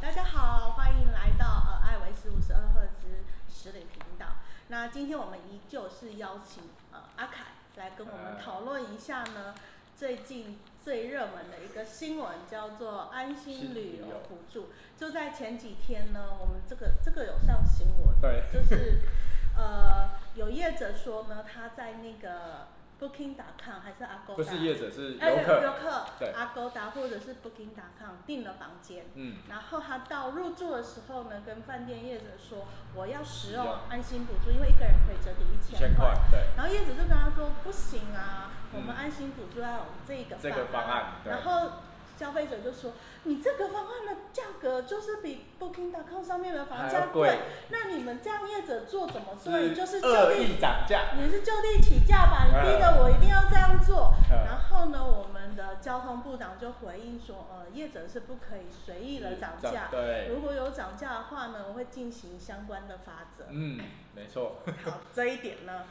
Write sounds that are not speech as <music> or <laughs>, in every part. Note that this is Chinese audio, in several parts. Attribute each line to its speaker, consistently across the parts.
Speaker 1: 大家好，欢迎来到呃艾维斯五十二赫兹实力频道。那今天我们依旧是邀请呃阿凯来跟我们讨论一下呢，最近最热门的一个新闻叫做安心旅游补助。就在前几天呢，我们这个这个有上新闻，
Speaker 2: 对 <laughs>
Speaker 1: 就是呃有业者说呢，他在那个 Booking.com 还是 Agoda，
Speaker 2: 不是业者是
Speaker 1: 哎
Speaker 2: 游
Speaker 1: 游
Speaker 2: 客，
Speaker 1: 客
Speaker 2: 对
Speaker 1: Agoda 或者是 Booking.com 订了房间。
Speaker 2: 嗯，
Speaker 1: 然后他到入住的时候呢，跟饭店业者说我要使用
Speaker 2: 使用
Speaker 1: 安心补助，因为一个人可以折抵一
Speaker 2: 一千块
Speaker 1: 块。，
Speaker 2: 对，
Speaker 1: 然后业主就跟他说不行啊，
Speaker 2: 嗯
Speaker 1: 我们安心补助要有这个
Speaker 2: 这个方案对
Speaker 1: 然后消费者就说你这个方案的价格就是比 Booking.com 上面的房
Speaker 2: 还
Speaker 1: 价
Speaker 2: 要贵，
Speaker 1: 那你们这样业者做怎么对？就是就
Speaker 2: 恶
Speaker 1: 地
Speaker 2: 意涨价，
Speaker 1: 你是就地起价吧，你逼得我一定要这样做。
Speaker 2: 嗯
Speaker 1: 然后呢，我们的交通部长就回应说，呃，业者是不可以随意的涨价，
Speaker 2: 嗯对，
Speaker 1: 如果有涨价的话呢，我会进行相关的罚则。 <laughs>
Speaker 2: 嗯，没错， <laughs>
Speaker 1: 好，这一点呢，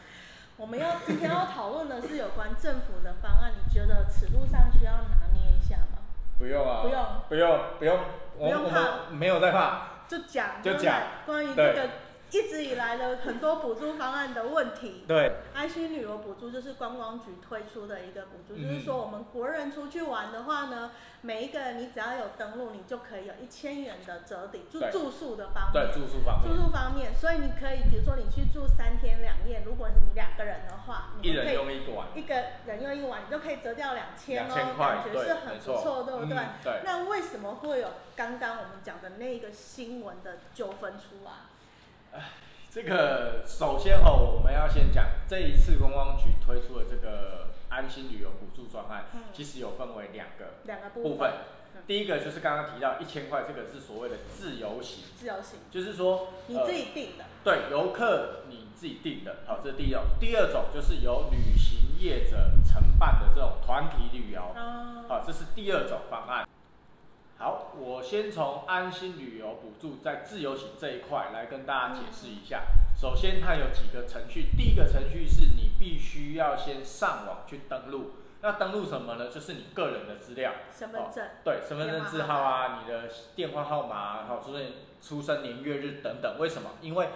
Speaker 1: 我们要今天要讨论的是有关政府的方案，你觉得尺度上需要拿捏一下吗？
Speaker 2: 不用啊，
Speaker 1: 不用
Speaker 2: 不用，不用，我
Speaker 1: 不用
Speaker 2: 我
Speaker 1: 怕
Speaker 2: 们没有在怕，
Speaker 1: 就讲，
Speaker 2: 就
Speaker 1: 对不对
Speaker 2: 讲
Speaker 1: 关于这
Speaker 2: 对
Speaker 1: 个一直以来的很多补助方案的问题。
Speaker 2: 对，
Speaker 1: 安心旅游补助就是观光局推出的一个补助，
Speaker 2: 嗯
Speaker 1: 就是说我们国人出去玩的话呢，每一个人你只要有登录，你就可以有一千元的折抵，住
Speaker 2: 对
Speaker 1: 住宿的方
Speaker 2: 对，
Speaker 1: 面。
Speaker 2: 住宿方
Speaker 1: 住
Speaker 2: 面，
Speaker 1: 宿方面，所以你可以，比如说你去住三天两夜，如果你两个人的话，
Speaker 2: 一
Speaker 1: 你们可
Speaker 2: 人
Speaker 1: 以
Speaker 2: 用一个碗，
Speaker 1: 一个人用一晚，你就可以折掉两千哦，
Speaker 2: 2000块
Speaker 1: 感觉是
Speaker 2: 对
Speaker 1: 很
Speaker 2: 没
Speaker 1: 不
Speaker 2: 错
Speaker 1: 错，对不对？
Speaker 2: 嗯对
Speaker 1: 那为什么会有刚刚我们讲的那个新闻的纠纷出来？
Speaker 2: 这个首先哦，我们要先讲这一次观光局推出的这个安心旅游补助专案
Speaker 1: 嗯，
Speaker 2: 其实有分为两个
Speaker 1: 两个
Speaker 2: 部
Speaker 1: 部
Speaker 2: 分
Speaker 1: 分，嗯，
Speaker 2: 第一个就是刚刚提到一千块，这个是所谓的自由行，
Speaker 1: 自由行，
Speaker 2: 就是说
Speaker 1: 你
Speaker 2: 呃
Speaker 1: 自己定的，
Speaker 2: 对，游客你自己定的，好，这是第一种。第二种就是由旅行业者承办的这种团体旅游，
Speaker 1: 嗯
Speaker 2: 好，啊这是第二种方案。好，我先从安心旅游补助在自由行这一块来跟大家解释一下。首先，它有几个程序，第一个程序是你必须要先上网去登录。那登录什么呢？就是你个人的资料，哦
Speaker 1: 身份证，
Speaker 2: 对，身份证字号啊，你的电话号码啊，还有出生出生年月日等等。为什么？因为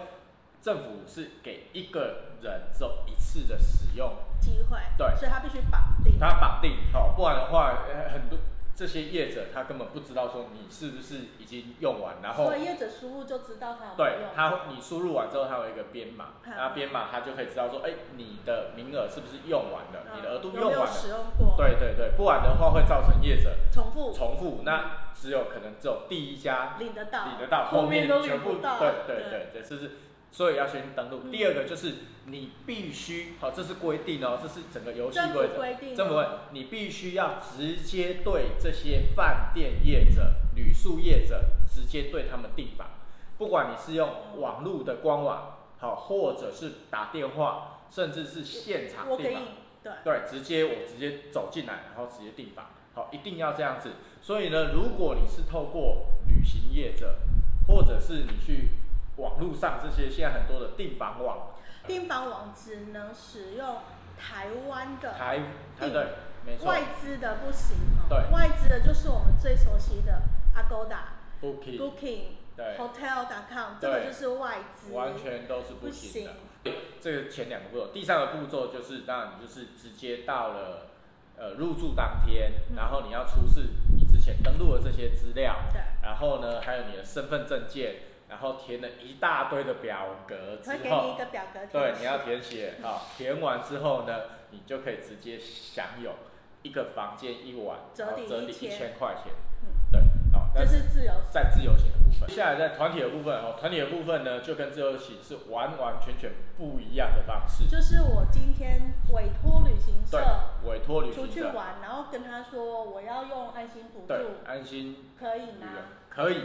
Speaker 2: 政府是给一个人只有一次的使用，
Speaker 1: 机会，
Speaker 2: 对
Speaker 1: 所以他必须绑定。
Speaker 2: 它绑定好，不然的话，呃很多这些业者他根本不知道说你是不是已经用完，然后
Speaker 1: 所以业者输入就知道他有没有
Speaker 2: 对
Speaker 1: 用。
Speaker 2: 他你输入完之后，它有一个编码，
Speaker 1: 嗯
Speaker 2: 那编码它就可以知道说，哎、你的名额是不是用完了，
Speaker 1: 嗯
Speaker 2: 你的额度
Speaker 1: 有
Speaker 2: 用
Speaker 1: 没有
Speaker 2: 完了。
Speaker 1: 使用过？，
Speaker 2: 对对对，不然的话会造成业者
Speaker 1: 重复
Speaker 2: 重复，那只有可能只有第一家
Speaker 1: 领得到，
Speaker 2: 领得到，
Speaker 1: 后
Speaker 2: 后面
Speaker 1: 都
Speaker 2: 全
Speaker 1: 领
Speaker 2: 部
Speaker 1: 不到。
Speaker 2: 对对对对，这是所以要先登录。
Speaker 1: 嗯
Speaker 2: 第二个就是你必须，好，这是规定哦，这是整个游戏
Speaker 1: 政
Speaker 2: 规
Speaker 1: 府
Speaker 2: 则。
Speaker 1: 规定，哦
Speaker 2: 这么问，你必须要直接对这些饭店业者、旅宿业者直接对他们订房，不管你是用网络的官网，好，或者是打电话，甚至是现场
Speaker 1: 我
Speaker 2: 订
Speaker 1: 给
Speaker 2: 房。
Speaker 1: 你对。
Speaker 2: 对，直接我直接走进来，然后直接订房，好，一定要这样子。所以呢，如果你是透过旅行业者，或者是你去网络上这些现在很多的订房网，
Speaker 1: 订房网只能使用台湾的，
Speaker 2: 台台
Speaker 1: 订
Speaker 2: 对，没错
Speaker 1: 呃外资的不行哦。
Speaker 2: 对
Speaker 1: 外资的就是我们最熟悉的 Agoda、
Speaker 2: ，Booking
Speaker 1: Booking、
Speaker 2: 对
Speaker 1: Hotel.com，这个
Speaker 2: 对
Speaker 1: 就是外资。
Speaker 2: 完全都是
Speaker 1: 不
Speaker 2: 不行的
Speaker 1: 行。
Speaker 2: 对这个前两个步骤，第三个步骤就是，当然你就是直接到了呃入住当天，
Speaker 1: 嗯
Speaker 2: 然后你要出示你之前登录的这些资料，
Speaker 1: 对，
Speaker 2: 然后呢，还有你的身份证件，然后填了一大堆的表格之
Speaker 1: 会给你一
Speaker 2: 后，
Speaker 1: 个表格
Speaker 2: 对
Speaker 1: 填，写。
Speaker 2: 你要填写啊，填完之后呢，你就可以直接享有一个房间一晚，
Speaker 1: 折
Speaker 2: 然后
Speaker 1: 抵
Speaker 2: 折抵
Speaker 1: 1000
Speaker 2: 一千块钱，
Speaker 1: 嗯
Speaker 2: 对，好，那
Speaker 1: 这是自由行。
Speaker 2: 在自由行的部分。接下来在团体的部分哦，团体的部分呢，就跟自由行是完完全全不一样的方式，
Speaker 1: 就是我今天委托旅行
Speaker 2: 对
Speaker 1: 社，
Speaker 2: 委托旅
Speaker 1: 出
Speaker 2: 行
Speaker 1: 去
Speaker 2: 社，
Speaker 1: 玩，然后跟他说我要用爱心补
Speaker 2: 对
Speaker 1: 助，，
Speaker 2: 安心
Speaker 1: 可以
Speaker 2: 旅
Speaker 1: 吗
Speaker 2: 游？可以。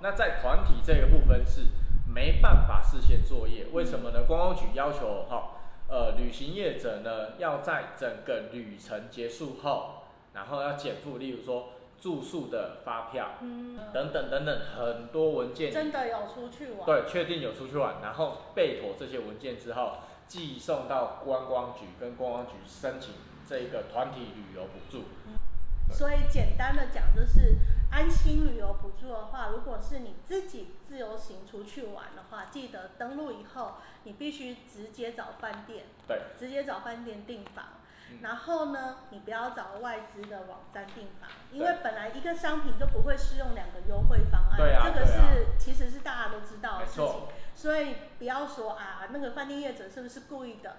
Speaker 2: 那在团体这个部分是没办法事先作业，为什么
Speaker 1: 嗯
Speaker 2: 呢？观光局要求哈，呃，旅行业者呢要在整个旅程结束后，然后要减负，例如说住宿的发票
Speaker 1: 嗯，
Speaker 2: 等等等等很多文件，
Speaker 1: 真的有出去玩，
Speaker 2: 对，确定有出去玩，然后备妥这些文件之后，寄送到观光局跟观光局申请这个团体旅游补助。
Speaker 1: 所以简单的讲就是安心旅游补助的话，如果是你自己自由行出去玩的话，记得登录以后，你必须直接找饭店，
Speaker 2: 对，
Speaker 1: 直接找饭店订房。
Speaker 2: 嗯
Speaker 1: 然后呢，你不要找外资的网站订房，因
Speaker 2: 对
Speaker 1: 为本来一个商品就不会适用两个优惠方案，
Speaker 2: 对啊
Speaker 1: 这个是、
Speaker 2: 对啊
Speaker 1: 其实是大家都知道
Speaker 2: 没
Speaker 1: 的事情
Speaker 2: 错。，
Speaker 1: 所以不要说啊，那个饭店业者是不是故意的，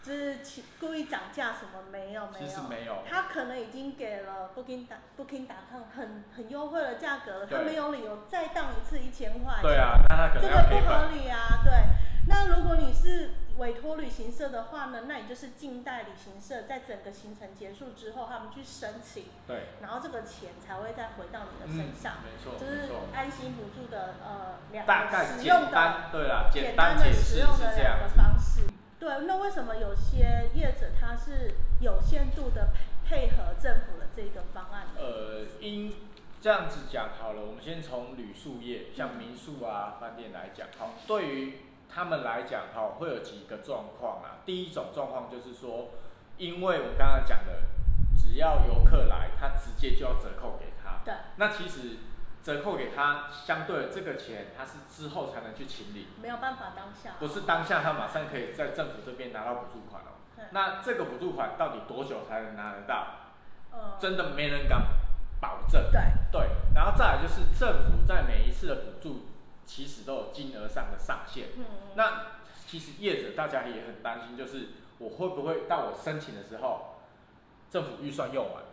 Speaker 1: 就是其故意涨价什么？没有，没
Speaker 2: 其实
Speaker 1: 有。
Speaker 2: 没有，
Speaker 1: 他可能已经给了 Booking 打 Booking 打抗很很优惠的价格了，他
Speaker 2: 对
Speaker 1: 没有理由再当一次一千块。
Speaker 2: 对啊，那他可
Speaker 1: 这
Speaker 2: 能
Speaker 1: 个
Speaker 2: 要
Speaker 1: 不
Speaker 2: 赔
Speaker 1: 合
Speaker 2: 本，
Speaker 1: 理啊，对。那如果你是委托旅行社的话呢，那你就是近代旅行社在整个行程结束之后，他们去申请，
Speaker 2: 对，嗯
Speaker 1: 然后这个钱才会再回到你的身上，
Speaker 2: 没错，
Speaker 1: 就
Speaker 2: 没
Speaker 1: 是
Speaker 2: 错，
Speaker 1: 安心补助的呃两
Speaker 2: 大
Speaker 1: 个
Speaker 2: 概
Speaker 1: 实
Speaker 2: 简
Speaker 1: 用的
Speaker 2: 单，对啦，简
Speaker 1: 简
Speaker 2: 单
Speaker 1: 单
Speaker 2: 解
Speaker 1: 的
Speaker 2: 释
Speaker 1: 使
Speaker 2: 是
Speaker 1: 用的
Speaker 2: 这
Speaker 1: 两
Speaker 2: 样
Speaker 1: 个
Speaker 2: 子，
Speaker 1: 方式。对，那为什么有些业者他是有限度的配配合政府的这个方案呢？
Speaker 2: 呃，因这样子讲好了，我们先从旅宿业，像民宿啊、饭店来讲，哈，对于他们来讲，哈，会有几个状况啊。第一种状况就是说，因为我们刚刚讲的，只要游客来，他直接就要折扣给他。
Speaker 1: 对，
Speaker 2: 那其实折扣给他，相对的这个钱，他是之后才能去清理，
Speaker 1: 没有办法当下。
Speaker 2: 不是当下他马上可以在政府这边拿到补助款哦。
Speaker 1: 嗯
Speaker 2: 那这个补助款到底多久才能拿得到？
Speaker 1: 呃，
Speaker 2: 真的没人敢保证。
Speaker 1: 对，
Speaker 2: 对，然后再来就是政府在每一次的补助，其实都有金额上的上限。
Speaker 1: 嗯，
Speaker 2: 那其实业者大家也很担心，就是我会不会到我申请的时候，政府预算用完？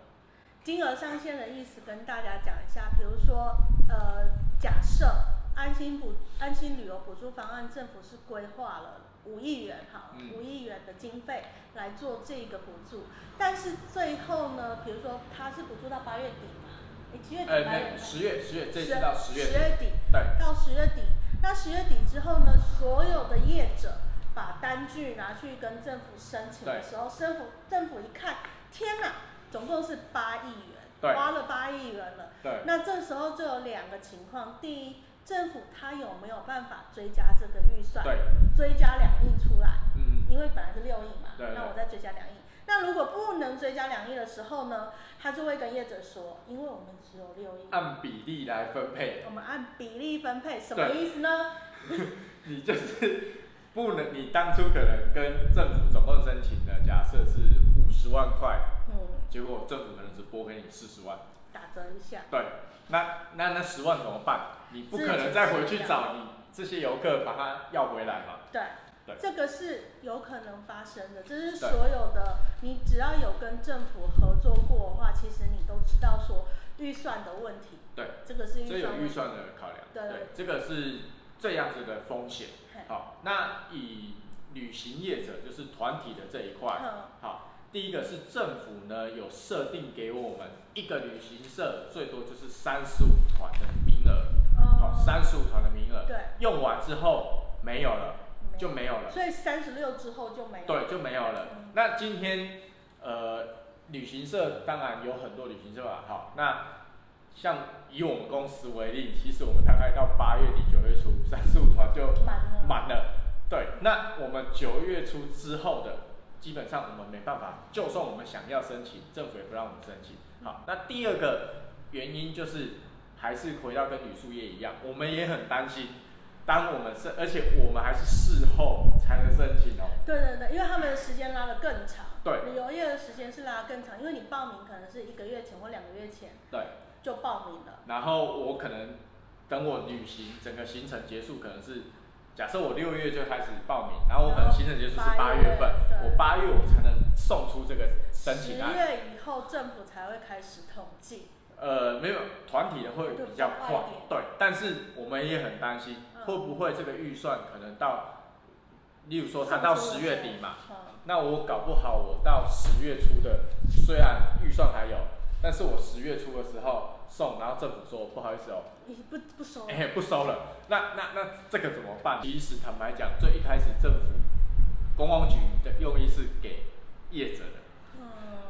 Speaker 1: 金额上限的意思跟大家讲一下，比如说，呃，假设安心补安心旅游补助方案，政府是规划了五亿元，好
Speaker 2: 嗯，
Speaker 1: 五亿元的经费来做这个补助，但是最后呢，比如说它是补助到八月底嘛，诶七月底
Speaker 2: 呃，
Speaker 1: 八月
Speaker 2: 没，
Speaker 1: 底，
Speaker 2: 十月十月这次到十月
Speaker 1: 十
Speaker 2: 底，
Speaker 1: 月底
Speaker 2: 对
Speaker 1: 到十月底，那十月底之后呢，所有的业者把单据拿去跟政府申请的时候，政府政府一看，天哪，总共是八亿
Speaker 2: 对
Speaker 1: 元，花了八亿元了。
Speaker 2: 对
Speaker 1: 那这时候就有两个情况，第一，政府它有没有办法追加这个预算，
Speaker 2: 对，
Speaker 1: 追加两亿出来？
Speaker 2: 嗯，
Speaker 1: 因为本来是六亿嘛，
Speaker 2: 对
Speaker 1: 那
Speaker 2: 对
Speaker 1: 我再追加两亿。那如果不能追加两亿的时候呢，他就会跟业者说，因为我们只有六亿，
Speaker 2: 按比例来分配，
Speaker 1: 我们按比例分配，什么意思呢？
Speaker 2: 你就是不能，你当初可能跟政府总共申请的，假设是五十万块，
Speaker 1: 嗯，
Speaker 2: 结果政府可能只拨给你四十万。
Speaker 1: 打折一下，
Speaker 2: 对，那那那十万怎么办？你不可能再回去
Speaker 1: 啊
Speaker 2: 找你这些游客把它要回来嘛？
Speaker 1: 对，
Speaker 2: 对
Speaker 1: 这个是有可能发生的，这是
Speaker 2: 对
Speaker 1: 所有的，你只要有跟政府合作过的话，其实你都知道说预算的问题，
Speaker 2: 对，
Speaker 1: 这个是
Speaker 2: 所以
Speaker 1: 预
Speaker 2: 有
Speaker 1: 算
Speaker 2: 预
Speaker 1: 问题，
Speaker 2: 算的考量。
Speaker 1: 对
Speaker 2: 对，这个是这样子的风险。
Speaker 1: 嘿
Speaker 2: 好，那以旅行业者就是团体的这一块，
Speaker 1: 嗯，
Speaker 2: 好，第一个是政府呢有设定给我们一个旅行社最多就是三十五团的名额，好，
Speaker 1: 哦，
Speaker 2: 三十五团的名额
Speaker 1: 对，
Speaker 2: 用完之后没有了，就没有了。
Speaker 1: 所以三十六之后就没有，
Speaker 2: 对，就没有了
Speaker 1: 嗯。
Speaker 2: 那今天呃，旅行社当然有很多旅行社嘛，好，那像以我们公司为例，其实我们大概到八月底九月初，三十五团就
Speaker 1: 满了，
Speaker 2: 满了。对，那我们九月初之后的，基本上我们没办法，就算我们想要申请，政府也不让我们申请。好，那第二个原因就是还是回到跟旅宿业一样，我们也很担心。当我们是，而且我们还是事后才能申请哦。
Speaker 1: 对对对，因为他们的时间拉得更长，
Speaker 2: 对
Speaker 1: 旅游业的时间是拉得更长，因为你报名可能是一个月前或两个月前
Speaker 2: 对，
Speaker 1: 就报名了，
Speaker 2: 然后我可能等我旅行整个行程结束，可能是假设我六月就开始报名，然后我可能行程结束是八月份，
Speaker 1: 对
Speaker 2: 我八月我才能送出这个申
Speaker 1: 十
Speaker 2: 请来。
Speaker 1: 月以后政府才会开始统计，
Speaker 2: 呃，没有团体的会比较
Speaker 1: 就比较
Speaker 2: 快
Speaker 1: 快一点，
Speaker 2: 对，但是我们也很担心
Speaker 1: 嗯
Speaker 2: 会不会这个预算可能到，例如说它
Speaker 1: 送
Speaker 2: 到
Speaker 1: 出
Speaker 2: 十
Speaker 1: 的
Speaker 2: 月
Speaker 1: 时
Speaker 2: 底嘛，
Speaker 1: 嗯
Speaker 2: 那我搞不好我到十月初的，虽然预算还有，但是我十月初的时候送，然后政府说不好意思哦，
Speaker 1: 你不不收了，
Speaker 2: 哎、不收了，那那那这个怎么办？其实坦白讲，最一开始政府公安局的用意是给业者的，
Speaker 1: 嗯，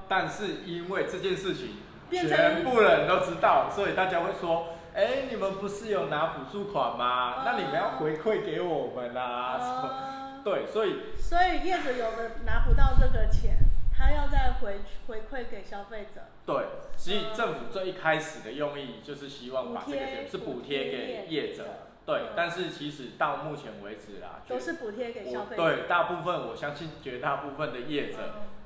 Speaker 2: 但是因为这件事情
Speaker 1: 变成
Speaker 2: 全部人都知道，所以大家会说，哎、你们不是有拿补助款吗？那你们要回馈给我们啦、什么？
Speaker 1: 啊，
Speaker 2: 对，所以
Speaker 1: 所以业主有的拿不到这个钱，他要再回回馈给消费者。
Speaker 2: 对，所以政府最一开始的用意就是希望把这个钱是补贴给业者，嗯对。但是其实到目前为止啦，
Speaker 1: 都是补贴给消
Speaker 2: 我
Speaker 1: 费者。嗯
Speaker 2: 对大部分我相信绝大部分的业者，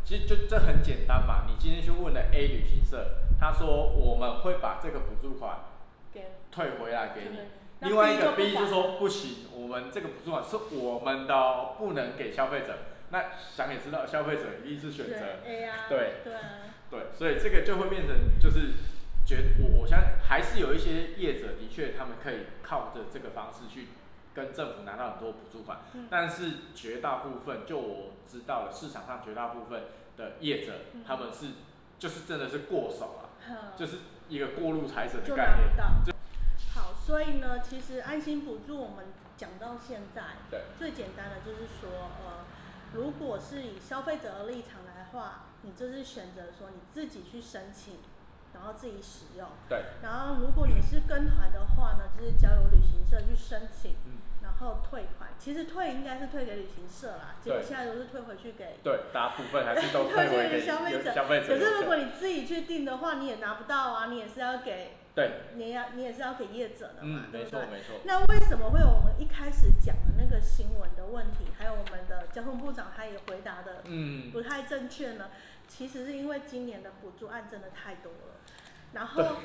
Speaker 2: 其实就这很简单嘛。你今天去问了 A 旅行社，他说我们会把这个补助款
Speaker 1: 给
Speaker 2: 退回来给
Speaker 1: 对
Speaker 2: 你
Speaker 1: 对。那
Speaker 2: 另外一个
Speaker 1: B
Speaker 2: B
Speaker 1: 就不管
Speaker 2: 就说不行，我们这个补助款是我们的哦、不能给消费者。那想也知道，消费者一定是选择
Speaker 1: A 啊，
Speaker 2: 对
Speaker 1: 对啊，
Speaker 2: 对，所以这个就会变成就是觉我我相信还是有一些业者的确他们可以靠着这个方式去跟政府拿到很多补助款，
Speaker 1: 嗯
Speaker 2: 但是绝大部分就我知道了，市场上绝大部分的业者
Speaker 1: 嗯
Speaker 2: 他们是就是真的是过手啊，
Speaker 1: 哼
Speaker 2: 就是一个过路财神的
Speaker 1: 就
Speaker 2: 概
Speaker 1: 拿
Speaker 2: 念
Speaker 1: 不。到。好，所以呢，其实安心补助我们讲到现在，
Speaker 2: 对
Speaker 1: 最简单的就是说，呃，如果是以消费者的立场来话，你就是选择说你自己去申请，然后自己使用。
Speaker 2: 对，
Speaker 1: 然后如果你是跟团的话呢，就是交由旅行社去申请，
Speaker 2: 嗯，
Speaker 1: 然后退款。其实退应该是退给旅行社啦，结果
Speaker 2: 对
Speaker 1: 现在都是退回去给
Speaker 2: 对，大部分还是都退
Speaker 1: 退
Speaker 2: 回
Speaker 1: 回 <laughs>
Speaker 2: 给
Speaker 1: 给消费者。
Speaker 2: 消费
Speaker 1: 可是如果
Speaker 2: 者。
Speaker 1: 你自己去订的话，你也拿不到啊，你也是要给，
Speaker 2: 对，
Speaker 1: 你也要你也是要给业者的嘛
Speaker 2: 嗯，，
Speaker 1: 啊对啊
Speaker 2: 没
Speaker 1: 不
Speaker 2: 错
Speaker 1: 对？
Speaker 2: 没错，
Speaker 1: 那为什么会有我们一开始讲的那个新闻的问题，还有我们的交通部长他也回答的
Speaker 2: 嗯，
Speaker 1: 不太正确呢？其实是因为今年的补助案真的太多了，然后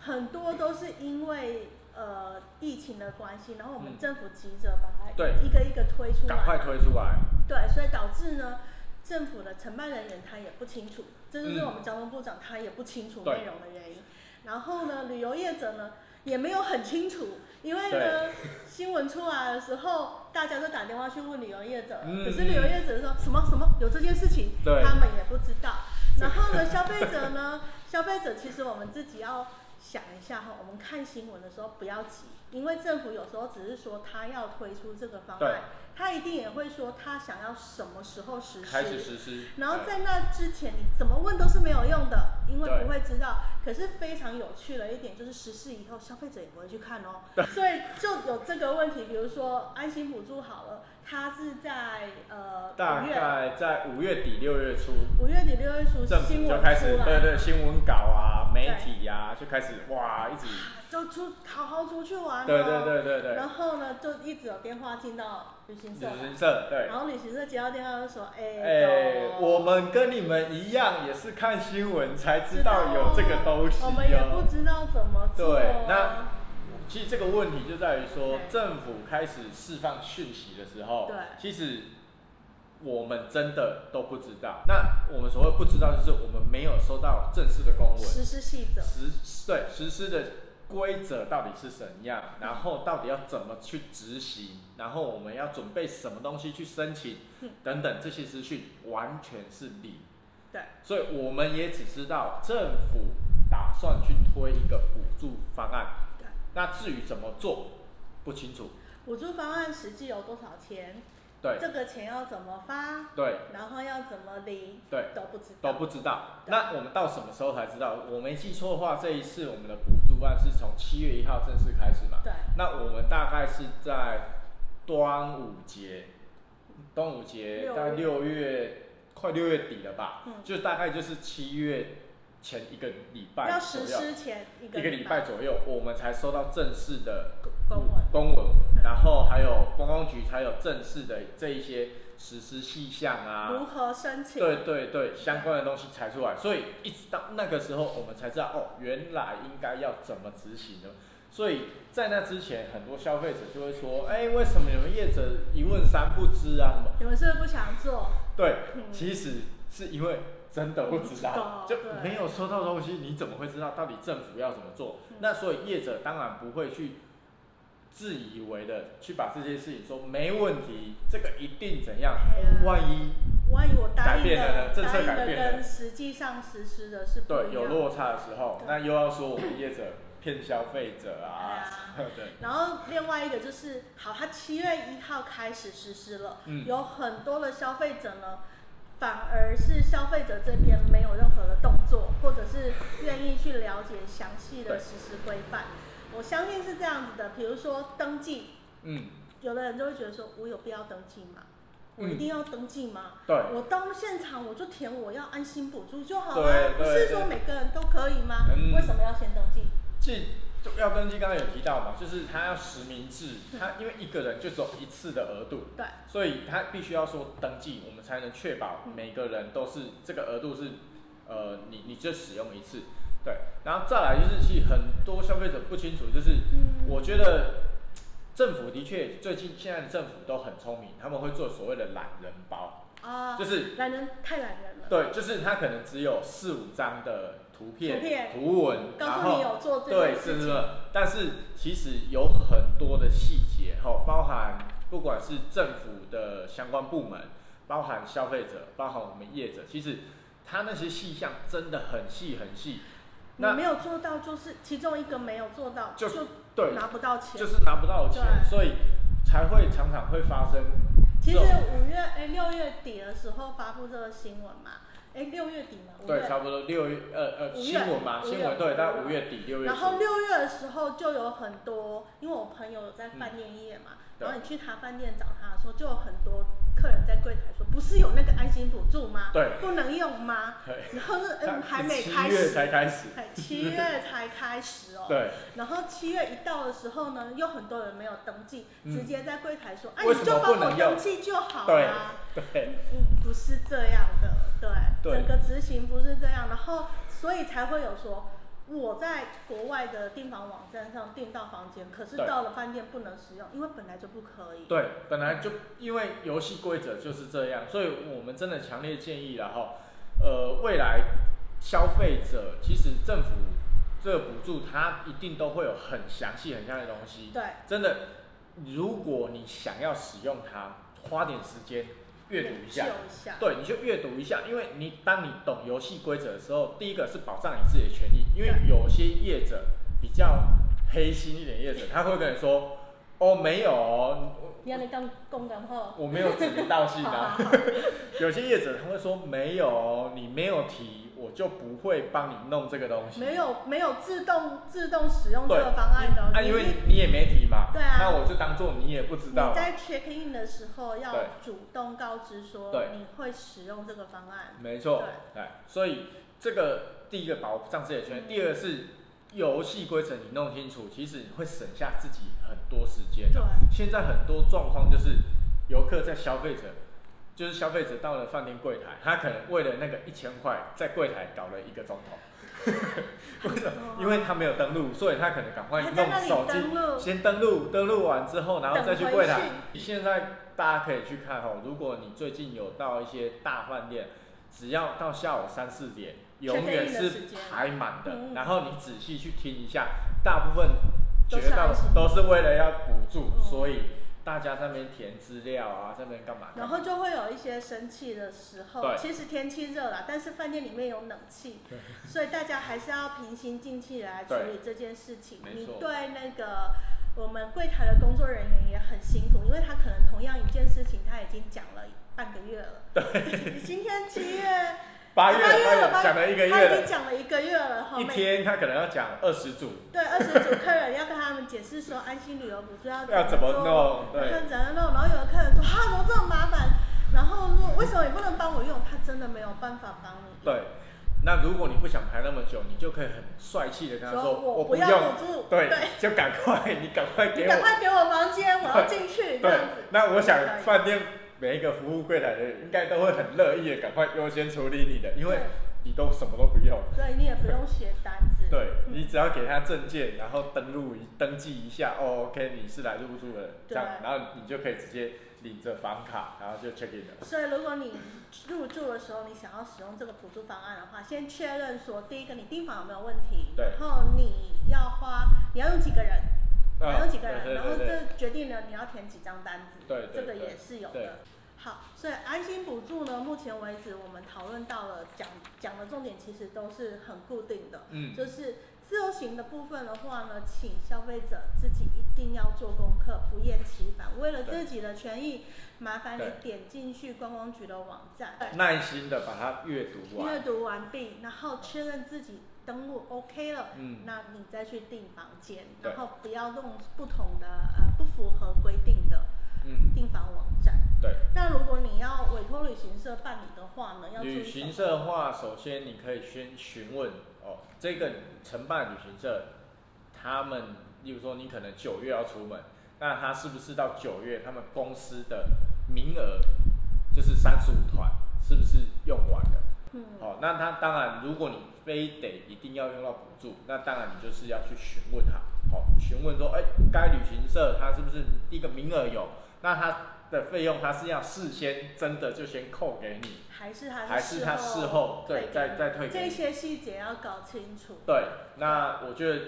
Speaker 1: 很多都是因为呃疫情的关系，然后我们
Speaker 2: 嗯
Speaker 1: 政府急着把它
Speaker 2: 对
Speaker 1: 一个一个推出来
Speaker 2: 赶
Speaker 1: 嘛，
Speaker 2: 快推出来。
Speaker 1: 对，所以导致呢，政府的承办人员他也不清楚，这就是我们交通部长他也不清楚
Speaker 2: 嗯对
Speaker 1: 内容的原因。然后呢，旅游业者呢也没有很清楚，因为呢新闻出来的时候，大家都打电话去问旅游业者，
Speaker 2: 嗯
Speaker 1: 可是旅游业者说什么什么有这件事情，
Speaker 2: 对
Speaker 1: 他们也不知道。然后呢，消费者呢， <laughs> 消费者其实我们自己要想一下哈，我们看新闻的时候不要急，因为政府有时候只是说他要推出这个方
Speaker 2: 对
Speaker 1: 案，他一定也会说他想要什么时候实
Speaker 2: 开始
Speaker 1: 施。
Speaker 2: 实施，
Speaker 1: 然后
Speaker 2: 对
Speaker 1: 在那之前，你怎么问都是没有用的，因为
Speaker 2: 对
Speaker 1: 不会知道。可是非常有趣的一点就是，实施以后消费者也不会去看
Speaker 2: <laughs>
Speaker 1: 哦，所以就有这个问题。比如说安心补助好了，它是在呃
Speaker 2: 大
Speaker 1: 五月
Speaker 2: 概在五月底六月初，
Speaker 1: 五月底六月初
Speaker 2: 政
Speaker 1: 新闻
Speaker 2: 府就
Speaker 1: 出来
Speaker 2: 开始对对新闻稿啊、媒体呀、就开始哇一直
Speaker 1: 啊就出好好出去玩、哦，
Speaker 2: 对对对对对，
Speaker 1: 然后呢，就一直有电话进到旅行社来，
Speaker 2: 旅行社对，
Speaker 1: 然后旅行社接到电话就说：“哎、
Speaker 2: 哎、
Speaker 1: 有
Speaker 2: 我们跟你们一样，也是看新闻才知道有这个东西、哦。
Speaker 1: 我们也不知道怎么做、啊。
Speaker 2: 对那其实这个问题就在于
Speaker 1: 对，
Speaker 2: 说政府开始释放讯息的时候，
Speaker 1: 对
Speaker 2: 其实我们真的都不知道。那我们所谓不知道，就是我们没有收到正式的公文，
Speaker 1: 实施细则，
Speaker 2: 实对实施的规则到底是怎样，然后到底要怎么去执行，然后我们要准备什么东西去申请
Speaker 1: 嗯，
Speaker 2: 等等这些资讯完全是零，
Speaker 1: 对
Speaker 2: 所以我们也只知道政府打算去推一个补助方案，
Speaker 1: 对，
Speaker 2: 那至于怎么做不清楚，
Speaker 1: 补助方案实际有多少钱？
Speaker 2: 对
Speaker 1: 这个钱要怎么发？
Speaker 2: 对
Speaker 1: 然后要怎么领？
Speaker 2: 对，
Speaker 1: 都不知道。
Speaker 2: 都不知道。
Speaker 1: 对
Speaker 2: 那我们到什么时候才知道？我没记错的话，这一次我们的补助案是从七月一号正式开始嘛？
Speaker 1: 对，
Speaker 2: 那我们大概是在端午节，端午节
Speaker 1: 六
Speaker 2: 大概
Speaker 1: 月
Speaker 2: 六月快六月底了吧，
Speaker 1: 嗯
Speaker 2: 就大概就是七月前一个礼拜
Speaker 1: 要
Speaker 2: 左
Speaker 1: 实
Speaker 2: 右，
Speaker 1: 施前一个
Speaker 2: 一个礼拜左右，我们才收到正式的
Speaker 1: 公文。嗯
Speaker 2: 公文，然后还有观光局才有正式的这一些实施细项啊，
Speaker 1: 如何申请？
Speaker 2: 对对对，相关的东西才出来，所以一直到那个时候，我们才知道哦，原来应该要怎么执行的。所以在那之前，很多消费者就会说，哎，为什么你们业者一问三不知啊？什么？
Speaker 1: 你们是不是不想做？
Speaker 2: 对，
Speaker 1: 嗯
Speaker 2: 其实是因为真的不知道，
Speaker 1: 不
Speaker 2: 就
Speaker 1: 知道对
Speaker 2: 没有收到东西，你怎么会知道到底政府要怎么做？
Speaker 1: 嗯
Speaker 2: 那所以业者当然不会去自以为的去把这些事情说没问题，这个一定怎样
Speaker 1: 哎呀？
Speaker 2: 万一
Speaker 1: 万一我答
Speaker 2: 改
Speaker 1: 应
Speaker 2: 变了呢政
Speaker 1: 答
Speaker 2: 策
Speaker 1: 应
Speaker 2: 改变了
Speaker 1: 跟实际上实施的是不一样的。
Speaker 2: 对，有落差的时候，
Speaker 1: 对
Speaker 2: 那又要说我们业者骗消费者
Speaker 1: 哎
Speaker 2: 啊
Speaker 1: 呀，
Speaker 2: <laughs> 对，
Speaker 1: 然后另外一个就是，好，它七月一号开始实施了，
Speaker 2: 嗯
Speaker 1: 有很多的消费者呢，反而是消费者这边没有任何的动作，或者是愿意去了解详细的
Speaker 2: 对
Speaker 1: 实施规范。我相信是这样子的，比如说登记，
Speaker 2: 嗯，
Speaker 1: 有的人就会觉得说，我有必要登记吗？我
Speaker 2: 嗯
Speaker 1: 一定要登记吗？
Speaker 2: 对
Speaker 1: 我到现场我就填我要安心补助就好
Speaker 2: 对
Speaker 1: 了，不
Speaker 2: 对
Speaker 1: 是说
Speaker 2: 对
Speaker 1: 每个人都可以吗？
Speaker 2: 嗯
Speaker 1: 为什么要先登记？
Speaker 2: 进就要登记，刚刚有提到嘛，就是他要实名制，他因为一个人就只有一次的额度，
Speaker 1: 对，
Speaker 2: 所以他必须要说登记，我们才能确保每个人都是这个额度是，呃，你你就使用一次，对，然后再来就是，其实很多消费者不清楚，就是
Speaker 1: 嗯
Speaker 2: 我觉得政府的确最近现在的政府都很聪明，他们会做所谓的懒人包，
Speaker 1: 啊，
Speaker 2: 就是
Speaker 1: 懒人太懒人了，
Speaker 2: 对，就是他可能只有四五张的图片、
Speaker 1: 图片
Speaker 2: 文，
Speaker 1: 告
Speaker 2: 然
Speaker 1: 诉
Speaker 2: 后
Speaker 1: 你有做这
Speaker 2: 对，
Speaker 1: 件
Speaker 2: 是
Speaker 1: 事
Speaker 2: 是
Speaker 1: 情，。
Speaker 2: 但是其实有很多的细节哈，包含不管是政府的相关部门，包含消费者，包含我们业者，其实他那些细项真的很细很细。
Speaker 1: 你
Speaker 2: 那
Speaker 1: 没有做到，就是其中一个没有做到，
Speaker 2: 就
Speaker 1: 就是
Speaker 2: 对，
Speaker 1: 拿不到钱。
Speaker 2: 就是拿不到钱，
Speaker 1: 对
Speaker 2: 所以才会常常会发生
Speaker 1: 其
Speaker 2: 这
Speaker 1: 实
Speaker 2: 种。
Speaker 1: 五月哎六月底的时候发布这个新闻嘛，哎六月底嘛，五
Speaker 2: 对，
Speaker 1: 月
Speaker 2: 差不多六月呃呃
Speaker 1: 五月
Speaker 2: 新闻嘛，
Speaker 1: 五
Speaker 2: 新
Speaker 1: 月
Speaker 2: 闻对，大概五月底六月
Speaker 1: 然后
Speaker 2: 初
Speaker 1: 六月的时候就有很多，因为我朋友有在饭店业嘛，
Speaker 2: 嗯对
Speaker 1: 然后你去他饭店找他的时候，就有很多客人在柜台说，不是有那个安心补助吗？
Speaker 2: 对
Speaker 1: 不能用吗？
Speaker 2: 对，
Speaker 1: 然后是
Speaker 2: 他
Speaker 1: 嗯还没
Speaker 2: 七
Speaker 1: 开
Speaker 2: 月
Speaker 1: 始，
Speaker 2: 才开始，
Speaker 1: 哎七月才开始哦。
Speaker 2: 对，
Speaker 1: 然后七月一到的时候呢，又很多人没有登记，
Speaker 2: 嗯
Speaker 1: 直接在柜台说，哎、
Speaker 2: 为什
Speaker 1: 你
Speaker 2: 么
Speaker 1: 就帮
Speaker 2: 不能
Speaker 1: 我
Speaker 2: 用
Speaker 1: 登记就好啊
Speaker 2: 对
Speaker 1: 啦、
Speaker 2: 对，
Speaker 1: 嗯，不是这样的，对，
Speaker 2: 对
Speaker 1: 整个执行不是这样，然后所以才会有说我在国外的订房网站上订到房间，可是
Speaker 2: 对
Speaker 1: 到了饭店不能使用，因为本来就不可以。
Speaker 2: 对，本来就因为游戏规则就是这样，所以我们真的强烈建议了哈，呃，未来消费者其实政府这个补助它一定都会有很详细很详细的东西，
Speaker 1: 对
Speaker 2: 真的，如果你想要使用它，花点时间阅读一下
Speaker 1: 研。究一下
Speaker 2: 对，你就阅读一下，因为你当你懂游戏规则的时候，第一个是保障你自己的权益，因为
Speaker 1: 对
Speaker 2: 有些业者比较黑心一点，业者他会跟你说，哦，没有哦，
Speaker 1: 你要你讲讲讲好，
Speaker 2: 我没有指名道姓
Speaker 1: 好好
Speaker 2: 啊。 <laughs>
Speaker 1: 好，
Speaker 2: 有些业者他会说没有，你没有提，我就不会帮你弄这个东西。
Speaker 1: 没有没有自动自动使用这
Speaker 2: 对
Speaker 1: 个方案的，
Speaker 2: 啊，
Speaker 1: 你
Speaker 2: 因为
Speaker 1: 是
Speaker 2: 你也没提嘛。
Speaker 1: 对啊
Speaker 2: 那我就当做你也不知
Speaker 1: 你
Speaker 2: 道嘛。啊
Speaker 1: 在 check in 的时候要
Speaker 2: 对
Speaker 1: 主动告知说
Speaker 2: 对
Speaker 1: 你会使用这个方案，
Speaker 2: 没错，对，所以这个第一个保障自己的权益，
Speaker 1: 嗯
Speaker 2: 第二个是游戏规则你弄清楚，其实你会省下自己很多时间、
Speaker 1: 对
Speaker 2: 啊。现在很多状况就是游客在消费者，就是消费者到了饭店柜台，他可能为了那个一千块，在柜台搞了一个钟头。为什么？因为他没有登录，所以他可能赶快
Speaker 1: 还在那
Speaker 2: 弄
Speaker 1: 里
Speaker 2: 手机
Speaker 1: 登录
Speaker 2: 先登录，登录完之后，然后再去柜台
Speaker 1: 等回。
Speaker 2: 现在大家可以去看哦，如果你最近有到一些大饭店，只要到下午三四点，永远
Speaker 1: Check in 的
Speaker 2: 是
Speaker 1: 时间
Speaker 2: 排满的。
Speaker 1: 嗯
Speaker 2: 然后你仔细去听一下，大部分
Speaker 1: 都
Speaker 2: 绝
Speaker 1: 是
Speaker 2: 大
Speaker 1: 爱心
Speaker 2: 都是为了要补助，
Speaker 1: 嗯
Speaker 2: 所以大家在那边填资料啊，在那边干嘛干
Speaker 1: 然
Speaker 2: 嘛？
Speaker 1: 后就会有一些生气的时候
Speaker 2: 对。
Speaker 1: 其实天气热了，但是饭店里面有冷气，所以大家还是要平心静气地来处理这件事情。
Speaker 2: 没
Speaker 1: 你
Speaker 2: 错
Speaker 1: 对那个我们柜台的工作人员也很辛苦，因为他可能同样一件事情他已经讲了半个月了。对， <laughs> 今天七月
Speaker 2: 八月
Speaker 1: 八月了吧
Speaker 2: 八月讲了一个
Speaker 1: 他
Speaker 2: 月
Speaker 1: 已经
Speaker 2: 了，
Speaker 1: 讲了一个月了，哈
Speaker 2: 一
Speaker 1: 每
Speaker 2: 天他可能要讲二十组，
Speaker 1: 对，二十组客人要跟他们解释说安心旅游补助要怎
Speaker 2: 要怎么
Speaker 1: 做
Speaker 2: 弄对
Speaker 1: 然后怎么弄，然后有的客人说哈，怎么这么麻烦？然后说为什么你不能帮我用？他真的没有办法帮你。
Speaker 2: 对，那如果你不想排那么久，你就可以很帅气的跟他
Speaker 1: 说
Speaker 2: 说：“
Speaker 1: 我
Speaker 2: 我
Speaker 1: 不
Speaker 2: 不
Speaker 1: 要
Speaker 2: 用
Speaker 1: 补助
Speaker 2: 对，
Speaker 1: 对
Speaker 2: 就赶快， <laughs> 你赶快
Speaker 1: 你
Speaker 2: 给
Speaker 1: 赶
Speaker 2: 我。
Speaker 1: 快给我房间，我要进去。这
Speaker 2: 对
Speaker 1: 样子，
Speaker 2: 那我
Speaker 1: 就可
Speaker 2: 想
Speaker 1: 以
Speaker 2: 饭店每一个服务柜台的人应该都会很乐意的，赶快优先处理你的，因为
Speaker 1: 对
Speaker 2: 你都什么都不用。
Speaker 1: 对你也不用写单子。
Speaker 2: 对
Speaker 1: 嗯
Speaker 2: 你只要给他证件，然后登录一登记一下，哦，OK，你是来入住的，这样，
Speaker 1: 对
Speaker 2: 然后你就可以直接领着房卡，然后就 check in 了。
Speaker 1: 所以，如果你入住的时候，你想要使用这个补助方案的话，先确认说，第一个你订房有没有问题，
Speaker 2: 对
Speaker 1: 然后你要花，你要用几个人，你
Speaker 2: 啊
Speaker 1: 要用几个人，
Speaker 2: 对对
Speaker 1: 然后
Speaker 2: 对对
Speaker 1: 这决定了你要填几张单子，
Speaker 2: 对对
Speaker 1: 这个
Speaker 2: 对
Speaker 1: 也是有
Speaker 2: 对
Speaker 1: 的。好，所以安心补助呢，目前为止我们讨论到了讲讲的重点，其实都是很固定的，
Speaker 2: 嗯
Speaker 1: 就是自由行的部分的话呢，请消费者自己一定要做功课，不厌其烦。为了
Speaker 2: 对
Speaker 1: 自己的权益，麻烦你
Speaker 2: 对
Speaker 1: 点进去观光局的网站，对
Speaker 2: 耐心的把它阅读
Speaker 1: 阅
Speaker 2: 完。
Speaker 1: 读完毕，然后确认自己登录 OK 了，
Speaker 2: 嗯
Speaker 1: 那你再去订房间，
Speaker 2: 对
Speaker 1: 然后不要用不同的呃不符合规定的。
Speaker 2: 嗯，
Speaker 1: 订房网站。
Speaker 2: 对。
Speaker 1: 那如果你要委托旅行社办理的话呢，要注意
Speaker 2: 旅
Speaker 1: 什么
Speaker 2: 行社的话，首先你可以先询问哦，这个承办旅行社，他们，例如说你可能九月要出门，那他是不是到九月他们公司的名额就是三十五团，是不是用完了？
Speaker 1: 嗯，
Speaker 2: 哦，那他当然，如果你非得一定要用到补助，那当然你就是要去询问他，哦，询问说，哎、该旅行社它是不是第一个名额有？那它的费用它是要事先真的就先扣给你，
Speaker 1: 还是他
Speaker 2: 还是他事后对再再退给
Speaker 1: 这
Speaker 2: 你？
Speaker 1: 些细节要搞清楚。
Speaker 2: 对，那我觉得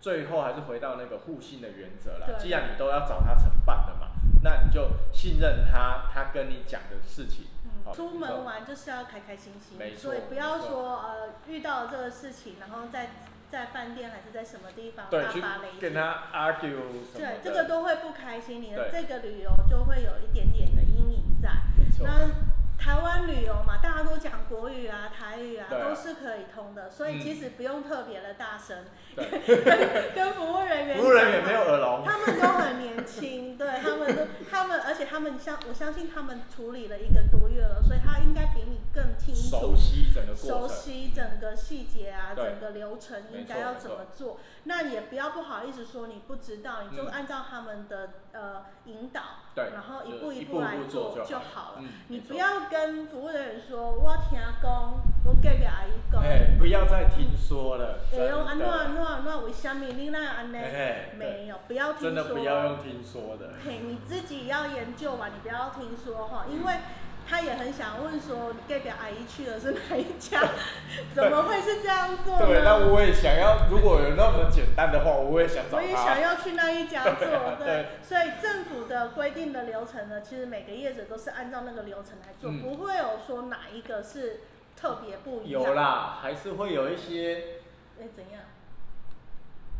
Speaker 2: 最后还是回到那个互信的原则啦。
Speaker 1: 对
Speaker 2: 既然你都要找他承办的嘛，那你就信任他，他跟你讲的事情。好
Speaker 1: 嗯，出
Speaker 2: 没错
Speaker 1: 门玩就是要开开心心，
Speaker 2: 没错
Speaker 1: 所以不要
Speaker 2: 没错
Speaker 1: 说呃遇到这个事情，然后在在饭店还是在什么地方
Speaker 2: 对，
Speaker 1: 大
Speaker 2: 去
Speaker 1: 发雷霆
Speaker 2: 跟他 argue 什么
Speaker 1: 对
Speaker 2: 的，，
Speaker 1: 这个都会不开心，你的
Speaker 2: 对
Speaker 1: 这个旅游就会有一点点的阴影在。
Speaker 2: 没错。
Speaker 1: 那台湾旅游嘛，大家都讲国语啊、台语啊，
Speaker 2: 对啊
Speaker 1: 都是可以通的，所以
Speaker 2: 嗯
Speaker 1: 其实不用特别的大声，
Speaker 2: 对，
Speaker 1: <laughs> 跟服务人员
Speaker 2: 服务人
Speaker 1: 讲
Speaker 2: 员
Speaker 1: 嘛
Speaker 2: 没有耳聋。
Speaker 1: 他们都很年轻，对他们都 <laughs> 他们，而且他们相我相信他们处理了一个多月了，所以他应该比你更清
Speaker 2: 熟
Speaker 1: 楚。
Speaker 2: 悉整个
Speaker 1: 熟
Speaker 2: 过程，
Speaker 1: 悉整个细节啊，
Speaker 2: 对
Speaker 1: 整个流程
Speaker 2: 没错
Speaker 1: 应该要怎么做，那也不要不好意思说你不知道，你就
Speaker 2: 嗯
Speaker 1: 按照他们的呃引导，
Speaker 2: 对
Speaker 1: 然后
Speaker 2: 就
Speaker 1: 一步
Speaker 2: 一
Speaker 1: 步
Speaker 2: 步
Speaker 1: 来
Speaker 2: 步做就
Speaker 1: 就
Speaker 2: 好
Speaker 1: 好了
Speaker 2: 嗯。
Speaker 1: 你
Speaker 2: 没错
Speaker 1: 不要跟服务人员说我听讲，我给别阿姨讲，
Speaker 2: 哎，不要再听说了，
Speaker 1: 会
Speaker 2: 真
Speaker 1: 用哎安怎安
Speaker 2: 的，
Speaker 1: 怎安怎，为什么你那安呢？
Speaker 2: 哎
Speaker 1: 没有，不要听
Speaker 2: 真的
Speaker 1: 说。
Speaker 2: 不要用听说的，
Speaker 1: 嘿，你自己要研究嘛，你不要听说哈，
Speaker 2: 嗯
Speaker 1: 因为他也很想问说，你代表阿姨去的是哪一
Speaker 2: <laughs>
Speaker 1: 家？ <laughs> 怎么会是这样做呢？
Speaker 2: 对，那我也想要，如果有那么简单的话，我也想找
Speaker 1: 我也想
Speaker 2: 他。
Speaker 1: 要去那一家做，
Speaker 2: <laughs> 对啊对
Speaker 1: 所以政府的规定的流程呢，其实每个业者都是按照那个流程来做，
Speaker 2: 嗯
Speaker 1: 不会有说哪一个是特别不一样。
Speaker 2: 有，啦，还是会有一些
Speaker 1: 哎，怎样？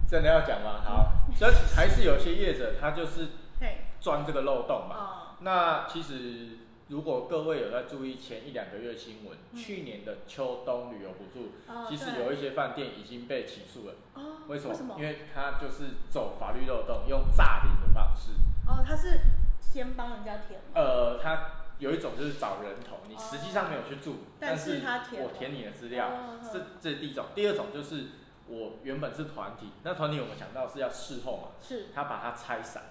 Speaker 2: 真的要讲吗？好，所以还是有些业者他就是
Speaker 1: 嘿，
Speaker 2: 钻这个漏洞嘛。
Speaker 1: 哦，
Speaker 2: 那其实如果各位有在注意前一两个月新闻，
Speaker 1: 嗯
Speaker 2: 去年的秋冬旅游补助，
Speaker 1: 哦
Speaker 2: 其实
Speaker 1: 对
Speaker 2: 有一些饭店已经被起诉了。
Speaker 1: 哦，
Speaker 2: 为什么？因
Speaker 1: 为
Speaker 2: 为他就是走法律漏洞，用诈领的方式。
Speaker 1: 哦，他是先帮人家填嘛，
Speaker 2: 呃，他有一种就是找人头，你实际上没有去住，
Speaker 1: 哦但是
Speaker 2: 是
Speaker 1: 他填了
Speaker 2: 我填你的资料
Speaker 1: 哦，
Speaker 2: 这这是第一种。第二种就是我原本是团体，那团体我们想到是要事后嘛，
Speaker 1: 是，
Speaker 2: 他把它拆散，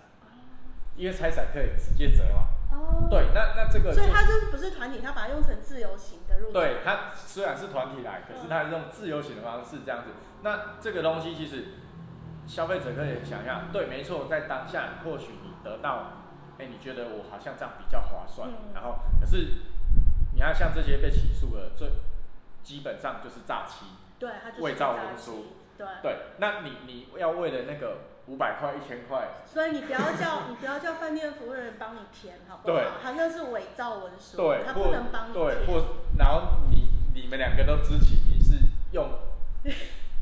Speaker 2: 因为拆散可以直接折嘛。
Speaker 1: 哦，
Speaker 2: 对，那那这个就
Speaker 1: 所以他就是不是团体，他把它用成自由行的入场。
Speaker 2: 对他虽然是团体来，可是他用自由行的方式这样子。那这个东西其实消费者可以想象，对，没错，在当下或许你得到，哎、你觉得我好像这样比较划算，
Speaker 1: 嗯
Speaker 2: 然后可是你看像这些被起诉的，最基本上就是诈欺，
Speaker 1: 对，他就是
Speaker 2: 伪造
Speaker 1: 杂
Speaker 2: 文
Speaker 1: 技
Speaker 2: 书。
Speaker 1: 对，
Speaker 2: 对，那你你要为了那个五百块、一千块，
Speaker 1: 所以你不要叫你不要叫饭店服务人员帮你填，好不好
Speaker 2: 对？
Speaker 1: 他那是伪造文书，
Speaker 2: 对，
Speaker 1: 他不
Speaker 2: 或
Speaker 1: 能帮你
Speaker 2: 对，
Speaker 1: 填。
Speaker 2: 或然后你你们两个都知情，你是
Speaker 1: <laughs>
Speaker 2: 用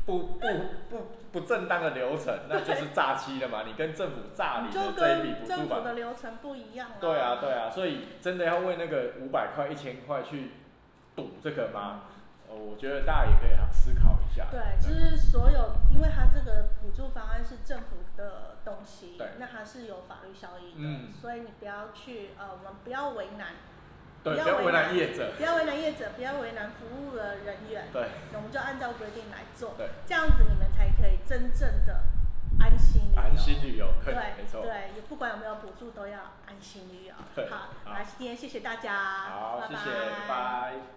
Speaker 2: 不不不不正当的流程，那就是诈欺了嘛？你跟政府诈
Speaker 1: 你
Speaker 2: 领
Speaker 1: 就
Speaker 2: 的这一笔
Speaker 1: 跟
Speaker 2: 补
Speaker 1: 政
Speaker 2: 助
Speaker 1: 府
Speaker 2: 吧？
Speaker 1: 的流程不一样了。
Speaker 2: 对啊，对啊，所以真的要为那个五百块、一千块去赌这个吗？呃，我觉得大家也可以好思考一下。
Speaker 1: 对，就是所有，因为它这个补助方案是政府的东西
Speaker 2: 对，
Speaker 1: 那它是有法律效益的，
Speaker 2: 嗯
Speaker 1: 所以你不要去呃，我们不要为难，
Speaker 2: 对，
Speaker 1: 不要
Speaker 2: 不要
Speaker 1: 为
Speaker 2: 为难
Speaker 1: 难
Speaker 2: 业者。
Speaker 1: 不要为难业者，不要为难服务的人员，
Speaker 2: 对
Speaker 1: 我们就按照规定来做，
Speaker 2: 对，
Speaker 1: 这样子你们才可以真正的安心旅游
Speaker 2: 安心旅游，
Speaker 1: 对，
Speaker 2: 没错。
Speaker 1: 对，也不管有没有补助，都要安心旅游
Speaker 2: 对。
Speaker 1: 好，
Speaker 2: 好
Speaker 1: 那今天谢谢大家，
Speaker 2: 好，
Speaker 1: 拜
Speaker 2: 谢谢，拜拜。